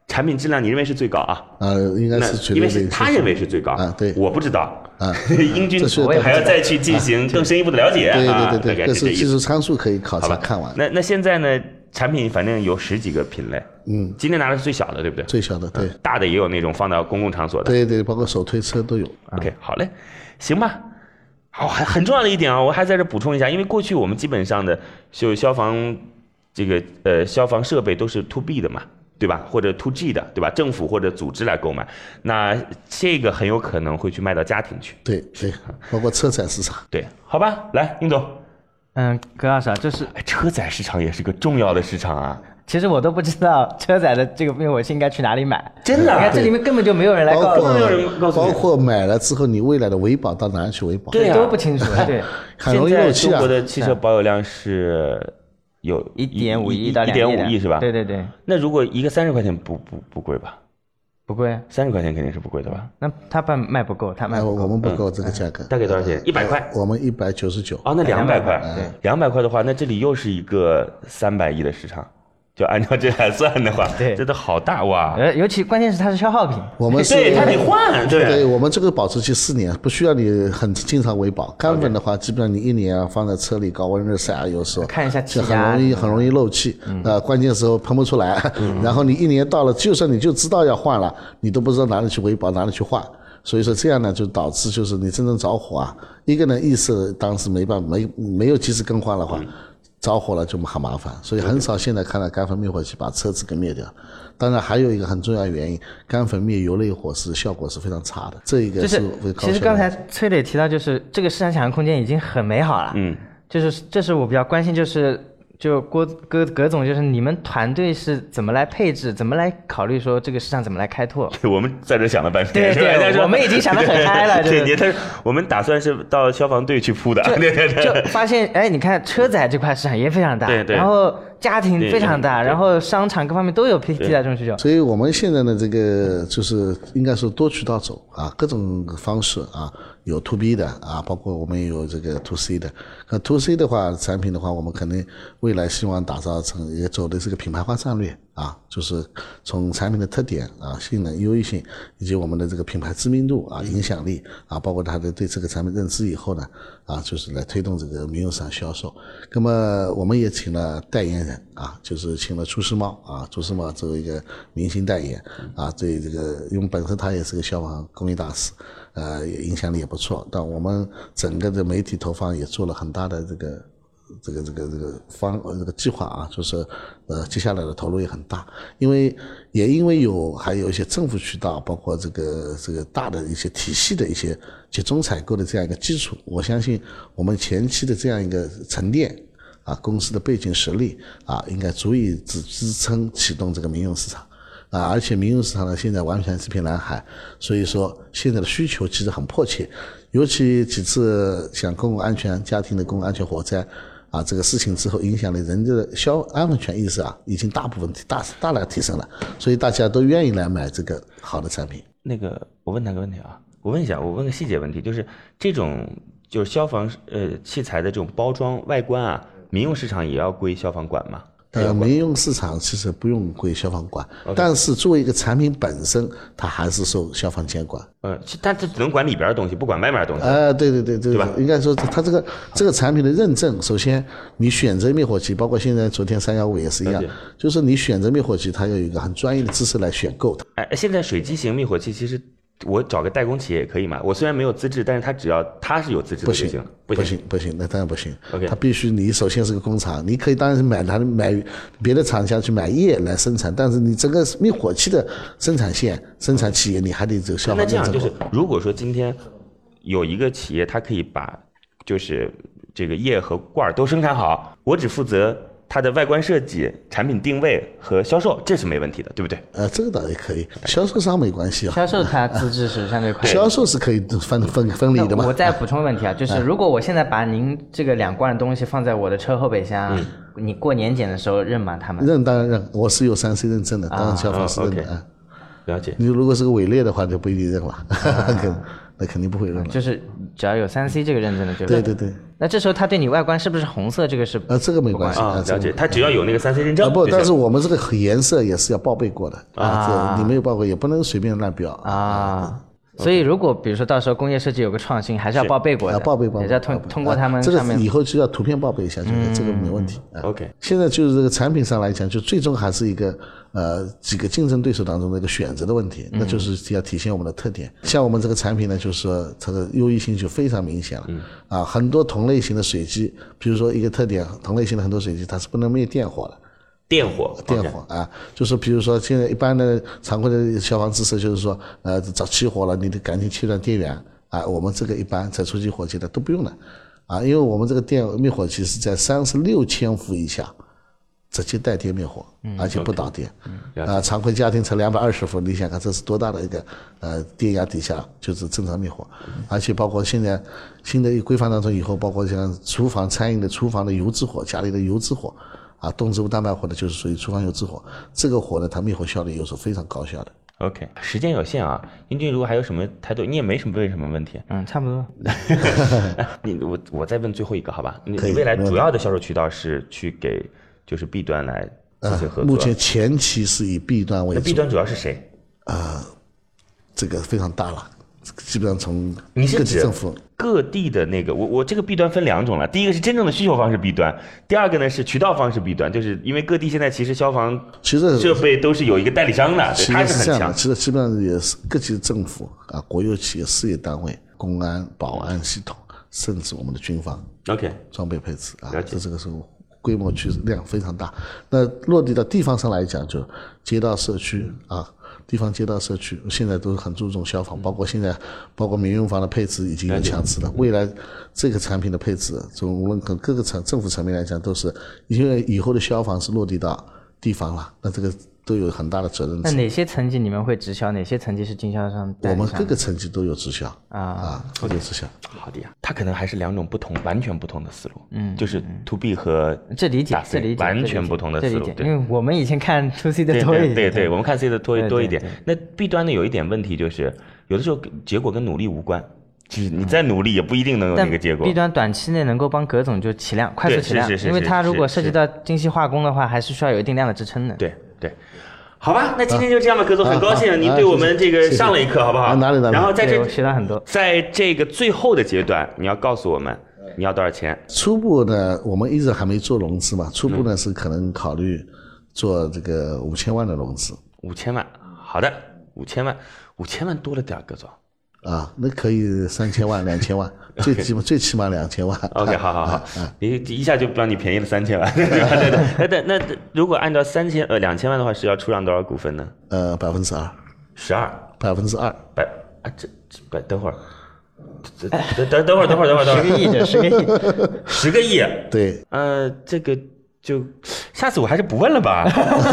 S1: 产品质量，你认为是最高啊？
S4: 呃，应该
S1: 那
S4: 是绝
S1: 因为
S4: 对
S1: 是
S4: 领
S1: 他
S4: 先
S1: 认为是最高
S4: 啊对
S1: 我不知道。
S4: 啊
S1: 英军
S4: 这是啊
S1: 我也还要再去进行更深一步的了解
S4: 对
S1: 啊，
S4: 对对
S1: 大概
S4: 对，这
S1: 是这
S4: 是
S1: 意
S4: 技
S1: 思。
S4: 术参数可以考
S1: 好
S4: 察
S1: 吧，
S4: 看完。
S1: 那那现在呢，产品反正有十几个品类，
S4: 嗯，
S1: 今天拿的是最小的，对不对？
S4: 最小的对
S1: 嗯，大的也有那种放到公共场所的。
S4: 对对，包括手推车都有。
S1: OK，好嘞，行吧。好，还很重要的一点啊，我还在这补充一下，因为过去我们基本上的就消防这个呃消防设备都是 to B 的嘛，对吧？或者 to G 的，对吧？政府或者组织来购买，那这个很有可能会去卖到家庭去。
S4: 对对，包括车载市场。
S1: 对，好吧，来，英总，
S2: 嗯，葛老师啊，就是
S1: 哎，车载市场也是个重要的市场啊，
S2: 其实我都不知道车载的这个灭火器应该去哪里买。
S1: 真的
S2: 你
S1: 啊、
S2: 看这里面根本就没有人来告
S4: 包
S2: 诉我
S4: 括
S1: 没有人告诉你
S4: 包括买了之后，你未来的维保到哪儿去维保？
S1: 对啊
S2: 都不清楚。对，
S4: 很容易
S1: 现
S4: 漏
S1: 在
S4: 气
S1: 中
S4: 啊
S1: 国！的汽车保有量是有
S2: 一点五亿到
S1: 一
S2: 两
S1: 点五亿是吧？
S2: 对。对对，
S1: 那如果一个三十块钱不不不贵吧？
S2: 不贵。
S1: 三十块钱肯定是不贵的吧？
S2: 那他卖卖不够，他卖
S4: 哎，
S2: 不
S4: 我
S2: 够。
S4: 我们不够这个价格，
S1: 大概多少钱？一百块。
S4: 我们一百九十九。
S1: 嗯啊，那两百块
S2: 200对，
S1: 两百块的话，那这里又是一个三百亿的市场，就按照这来算的话，
S2: 对
S1: 真的好大哇！
S2: 呃，尤其关键是它是消耗品，
S4: 我们是
S1: 对，它得换，
S4: 对
S1: 对
S4: 我们这个保质期四年，不需要你很经常维保。干粉的话，基本上你一年啊放在车里高温热晒啊，有时候
S2: 看一下气
S4: 就
S2: 压嗯
S4: 很容易很容易漏气，呃，关键时候喷不出来。然后你一年到了，就算你就知道要换了，你都不知道哪里去维保，哪里去换。所以说这样呢，就导致就是你真正着火啊，一个呢意识当时没办法
S2: 嗯
S4: 没没有及时更换的话，着火了就很麻烦，所以很少现在看到干粉灭火器把车子给灭掉。当然还有一个很重要原因，干粉灭油类火是效果是非常差的，这一
S2: 就
S4: 个
S2: 是
S4: 会高
S2: 其实
S4: 效
S2: 刚
S4: 率
S2: 才崔磊提到，就是这个市场想象空间已经很美好了。
S1: 嗯，
S2: 就是这是我比较关心，就是就郭葛葛总，就是你们团队是怎么来配置，怎么来考虑说这个市场怎么来开拓？
S1: 对，我们在这想了半天，
S2: 对
S1: 是吧
S2: 对
S1: 人家说
S2: 我们已经想得很嗨了
S1: 对，
S2: 就是
S1: 你他我们打算是到消防队去铺的，对对
S2: 就
S1: 对，
S2: 发现，哎，你看车载这块市场也非常大，
S1: 对对
S2: 然后家庭非常大，
S1: 对对
S2: 然后商场各方面都有替替代这种需求。
S4: 所以我们现在的这个就是应该是多渠道走啊，各种方式啊，有 to B 的啊，包括我们也有这个 to C 的。那 to C 的话，产品的话，我们肯定未来希望打造成也走的是个品牌化战略啊，就是从产品的特点啊、性能、优异性以及我们的这个品牌知名度啊、影响力啊，包括它的对这个产品认知以后呢，啊，就是来推动这个民用市场销售。那么我们也请了代言人啊，就是请了朱时茂啊，朱时茂作为一个明星代言啊，对这个，因为本身他也是个消防公益大使，呃，也影响力也不错。但我们整个的媒体投放也做了很大的这个这个这个这个方呃这个计划啊，就是呃接下来的投入也很大，因为也因为有还有一些政府渠道，包括这个这个大的一些体系的一些集中采购的这样一个基础，我相信我们前期的这样一个沉淀。啊，公司的背景实力啊，应该足以支支撑启动这个民用市场。啊，而且民用市场呢现在完全是片蓝海，所以说现在的需求其实很迫切，尤其几次像公共安全、家庭的公共安全火灾。啊，这个事情之后影响了人家的消安全意识啊，已经大部分大大大提升了，所以大家都愿意来买这个好的产品。
S1: 那个，我问他个问题啊，我问一下，我问个细节问题，就是这种就是消防呃器材的这种包装外观啊，民用市场也要归消防管吗？
S4: 呃，民用市场其实不用归消防管，但是作为一个产品本身，它还是受消防监管。
S1: 呃，但它只能管里边的东西，不管外面的东西。
S4: 呃，对对对对，
S1: 对吧
S4: 应该说它这个这个产品的认证，首先你选择灭火器，包括现在昨天三幺五也是一样
S1: 了解，
S4: 就是你选择灭火器，它要有一个很专业的知识来选购它。
S1: 哎，现在水机型灭火器其实我找个代工企业也可以嘛。我虽然没有资质，但是它只要它是有资质的
S4: 不
S1: 就
S4: 行
S1: 行了，
S4: 不
S1: 不行。
S4: 行，不行，那当然不行。
S1: OK
S4: 它必须你首先是个工厂，你可以当然是买它的买别的厂家去买液来生产，但是你整个灭火器的生产线、生产企业，你还得走消
S1: 那
S4: 防
S1: 这
S4: 认
S1: 样
S4: 证
S1: 就
S4: 过
S1: 是，如果说今天有一个企业，它可以把就是这个液和罐儿都生产好，我只负责它的外观设计、产品定位和销售，这是没问题的，对不对？
S4: 呃，这个倒也可以，销售商没关系啊，
S2: 销售它资质是相对快的。
S4: 销售是可以分分分离的嗯
S2: 那
S4: 嘛
S2: 我。再补充问 题啊，就是如果我现在把您这个两罐的东西放在我的车后备箱，你过年检的时候认吗？他们
S4: 嗯认当然认，我是有三 C 认证的，当然消防是认的
S1: 啊
S4: 啊。
S1: 了解。
S4: 你如果是个伪劣的话，就不一定认了， 肯那肯定不会认了。
S2: 啊就是只要有三 C 这个认证的就
S4: 对
S2: 认。
S4: 对对，
S2: 那这时候他对你外观是不是红色？这个是
S4: 呃，这个没关系
S1: 啊，
S4: 这
S1: 了
S4: 个
S1: 解，它只要有那个三 C 认
S4: 啊
S1: 证就
S4: 不，
S1: 行，
S4: 但是我们这个颜色也是要报备过的啊，这你没有报备也不能随便乱标啊。
S2: 啊。所以，如果比如说到时候工业设计有个创新，还是要报备过的，
S4: 啊，报备报备，
S2: 也是要
S4: 报
S2: 通
S4: 备
S2: 通过他们嗯
S4: 啊这
S2: 上
S4: 个
S2: 面
S4: 以后就要图片报备一下，就可以这个没问题啊。
S1: OK
S4: 现在就是这个产品上来讲，就最终还是一个呃几个竞争对手当中的一个选择的问题，那就是要体现我们的特点。像我们这个产品呢，就是说它的优异性就非常明显了。啊，很多同类型的水机，比如说一个特点，同类型的很多水机它是不能灭电火的。
S1: 电火，
S4: 电
S1: OK
S4: 火啊，就是比如说现在一般的常规的消防知识就是说，呃，早起火了，你得赶紧切断电源啊。我们这个一般在初级火器的都不用了啊，因为我们这个电灭火器是在三十六千伏以下。直接带电灭火，
S1: 嗯
S4: 而且不导电。啊，常规家庭才两百二十伏，你想看这是多大的一个呃电压底下就是正常灭火，
S1: 嗯
S4: 而且包括现在新的规范当中以后，包括像厨房餐饮的厨房的油脂火，家里的油脂火。啊，动植物蛋白火呢，就是属于厨房油脂火，这个火呢，它灭火效率又是非常高效的。
S1: OK，时间有限啊，英俊，如果还有什么态度，你也没什么问什么问题，啊
S2: 嗯，差不多。
S1: 你我我再问最后一个好吧？你
S4: 可以
S1: 你未来
S4: 没问
S1: 主要的销售渠道是去给就是 B 端来进行合作，
S4: 啊目前前期是以 B 端为
S1: 那 B
S4: 主，
S1: 端主要是谁？
S4: 这个非常大了，这个基本上从
S1: 你是
S4: 各级
S1: 指
S4: 政府
S1: 各地的那个，我我这个 B 端分两种了，第一个是真正的需求方是 B 端，第二个呢是渠道方是 B 端，就是因为各地现在其实消防
S4: 其实
S1: 设备都是有一个代理商的，对
S4: 呃其
S1: 他
S4: 实
S1: 是
S4: 是这
S1: 很
S4: 样的，
S1: 强。
S4: 其实基本上也是各级政府啊、国有企业、事业单位、公安、保安系统，甚至我们的军方
S1: OK，
S4: 装备配置啊
S1: 了，解
S4: 这这个是规模去量非常大。那落地到地方上来讲，就街道社区啊。地方街道社区现在都很注重消防，包括现在，包括民用房的配置已经有强制了。未来这个产品的配置，从无论跟各个层政府层面来讲，都是因为以后的消防是落地到地方了，那这个都有很大的责任。
S2: 那哪些层级你们会直销？哪些层级是经销商代
S4: 我
S2: 理
S4: 们
S2: 商
S4: 各个层级都有直销啊，都有直销。
S1: 好的呀，他可能还是两种不同、完全不同的思路，嗯，就是 to B 和
S2: 这理解
S1: 大，
S2: 这
S1: C
S2: 理解，
S1: 完
S2: 这
S1: 全
S2: 理解
S1: 不同的
S2: 这
S1: 思
S2: 理
S1: 路，
S2: 解
S1: 对
S2: 因为我们以前看 to C 的
S1: 对
S2: 多一点，嗯
S1: 对对对，我们看 C 的多
S2: 对
S1: 多一
S2: 对
S1: 点。那 B 端呢，有一点问题就是，有的时候结果跟努力无关，就是你再努力也不一定能有
S2: 嗯但
S1: 那个结果
S2: B。端短期内能够帮葛总就起量，快速
S1: 对
S2: 起量，
S1: 是是是
S2: 因为
S1: 是
S2: 它如
S1: 是
S2: 果涉及
S1: 是
S2: 到精细化工的话，还是需要有一定量的支撑的。，
S1: 对对，好吧，那今天就这样吧，葛总，很高
S2: 啊
S1: 兴啊您对我们这个上了一课，好不好？
S4: 啊哪里哪里
S1: 然后在这
S2: 哎我学到很多。
S1: 在这个最后的阶段，你要告诉我们你要多少钱？
S4: 初步呢，我们一直还没做融资嘛，初步呢是可能考虑做这个五千万的融资
S1: 五千万。好的，五千万，五千万多了点儿，葛总。
S4: 啊，那可以三千 万、两千万，最起码最起码两千万。
S1: OK，好好
S2: 啊
S1: 好，你一下就让你便宜了三千万， 对吧？对的。那那那如果按照三千呃两千万的话，是要出让多少股份呢？
S4: 呃，百分之二，
S1: 十二
S4: 百分之二，
S1: 百啊，这这百等会儿，这这等等等会儿等会儿等会儿等会
S2: 十
S1: 儿，
S2: 个亿，这十个亿，
S1: 十个亿，
S4: 对，
S1: 呃，这个就下次我还是不问了吧。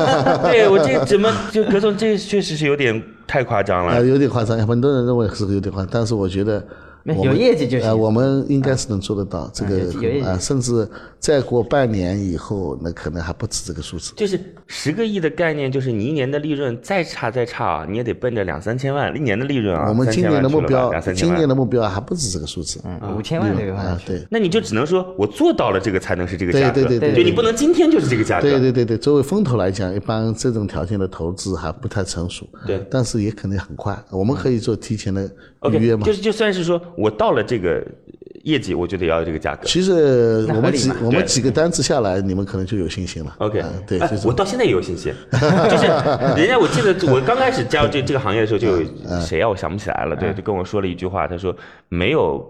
S1: 对我这怎么就葛总这确实是有点太夸张
S4: 啊，
S1: 了。
S4: 有点夸张，很多人认为是有点夸张，但是我觉得
S2: 没
S4: 我
S2: 有
S4: 们
S2: 业绩就行
S4: 呃，我们应该是能做得到这
S2: 有有业绩
S4: 个啊，甚至再过半年以后，那可能还不止这个数字。
S1: 就是十个亿的概念，就是你一年的利润再差再差啊，你也得奔着两三千万一年的利润啊。
S4: 我们
S1: 三千
S4: 今年的
S1: 万去
S4: 目
S1: 了吧
S4: 标
S1: 两，三千
S4: 今
S1: 万嗯
S4: 年的目标还不止这个数字。
S2: 五千万这个话
S4: 啊，，对，
S1: 那你就只能说我做到了这个才能是这个价格，
S4: 对对对
S2: 对
S1: 就
S2: 对
S1: 你不能今天就是这个价格，
S4: 对对对对，作为风投来讲，一般这种条件的投资还不太成熟，
S1: 对嗯
S4: 但是也肯定很快。我们可以做提前的
S1: OK，
S4: 预约嘛
S1: 就。是就算是说我到了这个业绩，我就得要这个价格。
S4: 其实
S2: 那
S4: 我
S2: 合
S4: 们
S2: 理
S4: 几
S2: 嘛
S4: 我
S1: 对
S4: 们几个单子下来，你们可能就有信心了。
S1: OK，、
S4: 啊对，
S1: 哎
S4: 就
S1: 我
S4: 是
S1: 到现在也有信心， 就是人家我记得我刚开始加入这这个行业的时候，就有
S4: 嗯
S1: 谁啊，我想不起来了，对，就跟我说了一句话，他说没有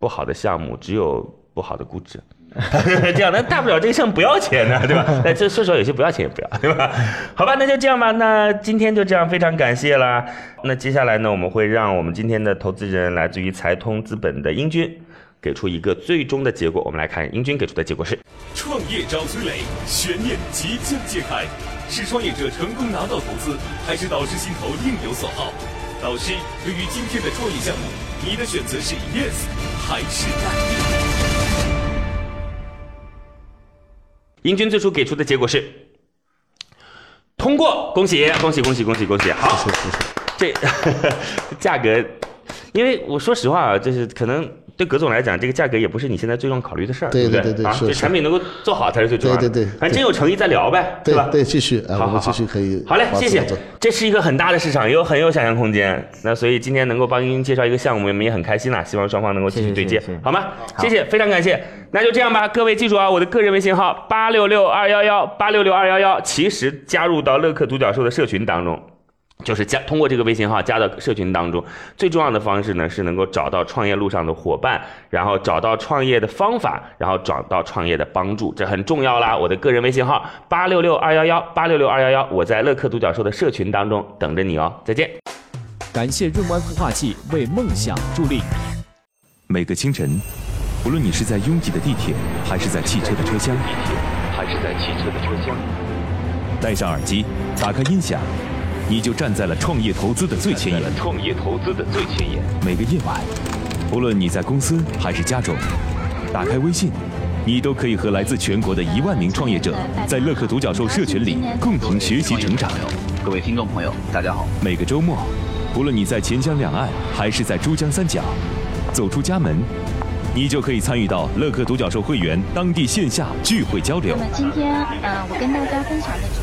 S1: 不好的项目，只有不好的估值。 这样，那大不了这个项目不要钱呢、对吧？ 那这说实话，有些不要钱也不要，对吧？好吧，那就这样吧。那今天就这样，非常感谢啦。那接下来呢，我们会让我们今天的投资人来自于财通资本的英军给出一个最终的结果。我们来看英军给出的结果是。
S3: 创业找崔磊，悬念即将揭开，是创业者成功拿到投资，还是导师心头另有所好？导师，对于今天的创业项目，你的选择是 yes 还是 no？
S1: 英军最初给出的结果是通过，恭喜恭喜恭喜恭喜恭喜！好，这 价格，因为我说实话啊，就是可能对葛总来讲，这个价格也不是你现在最重要考虑的事儿，
S4: 对
S1: 不
S4: 对对对
S1: 啊，
S4: 是
S1: 这
S4: 是
S1: 产品能够做好才是最重要的。
S4: 对对对
S1: 反正真有诚意再聊呗，
S4: 对
S1: 吧？
S4: 对，继续
S1: 好
S4: 啊，我们
S1: 好
S4: 继续可以
S1: 好嘞，
S4: 保持
S1: 谢谢
S4: 合作。
S1: 这是一个很大的市场，也有很有想象空间。那所以今天能够帮您介绍一个项目，我们也很开心啦。希望双方能够继续对接
S2: 谢谢谢谢，
S1: 好吗？谢谢，非常感谢。那就这样吧，各位记住啊，我的个人微信号八六六二幺幺八六六二幺幺，其实加入到乐客独角兽的社群当中。就是加通过这个微信号加到社群当中，最重要的方式呢是能够找到创业路上的伙伴，然后找到创业的方法，然后找到创业的帮助，这很重要啦。我的个人微信号八六六二幺幺八六六二幺幺，我在乐客独角兽的社群当中等着你哦，再见。
S5: 感谢润湾孵化器为梦想助力。
S3: 每个清晨，不论你是在拥挤的地铁，还是在汽车的车厢，
S6: 还是在汽车的车厢。
S3: 戴上耳机，打开音响，你就站在了创业投资的最前沿。
S6: 创业投资的最前沿，
S3: 每个夜晚，不论你在公司还是家中，打开微信，你都可以和来自全国的一万名创业者，在乐客独角兽社群里共同学习成长。
S7: 各位听众朋友，大家好。
S3: 每个周末，不论你在钱江两岸还是在珠江三角，走出家门，你就可以参与到乐客独角兽会员当地线下聚会交流
S8: 那。么今天，呃，我跟大家分享的主题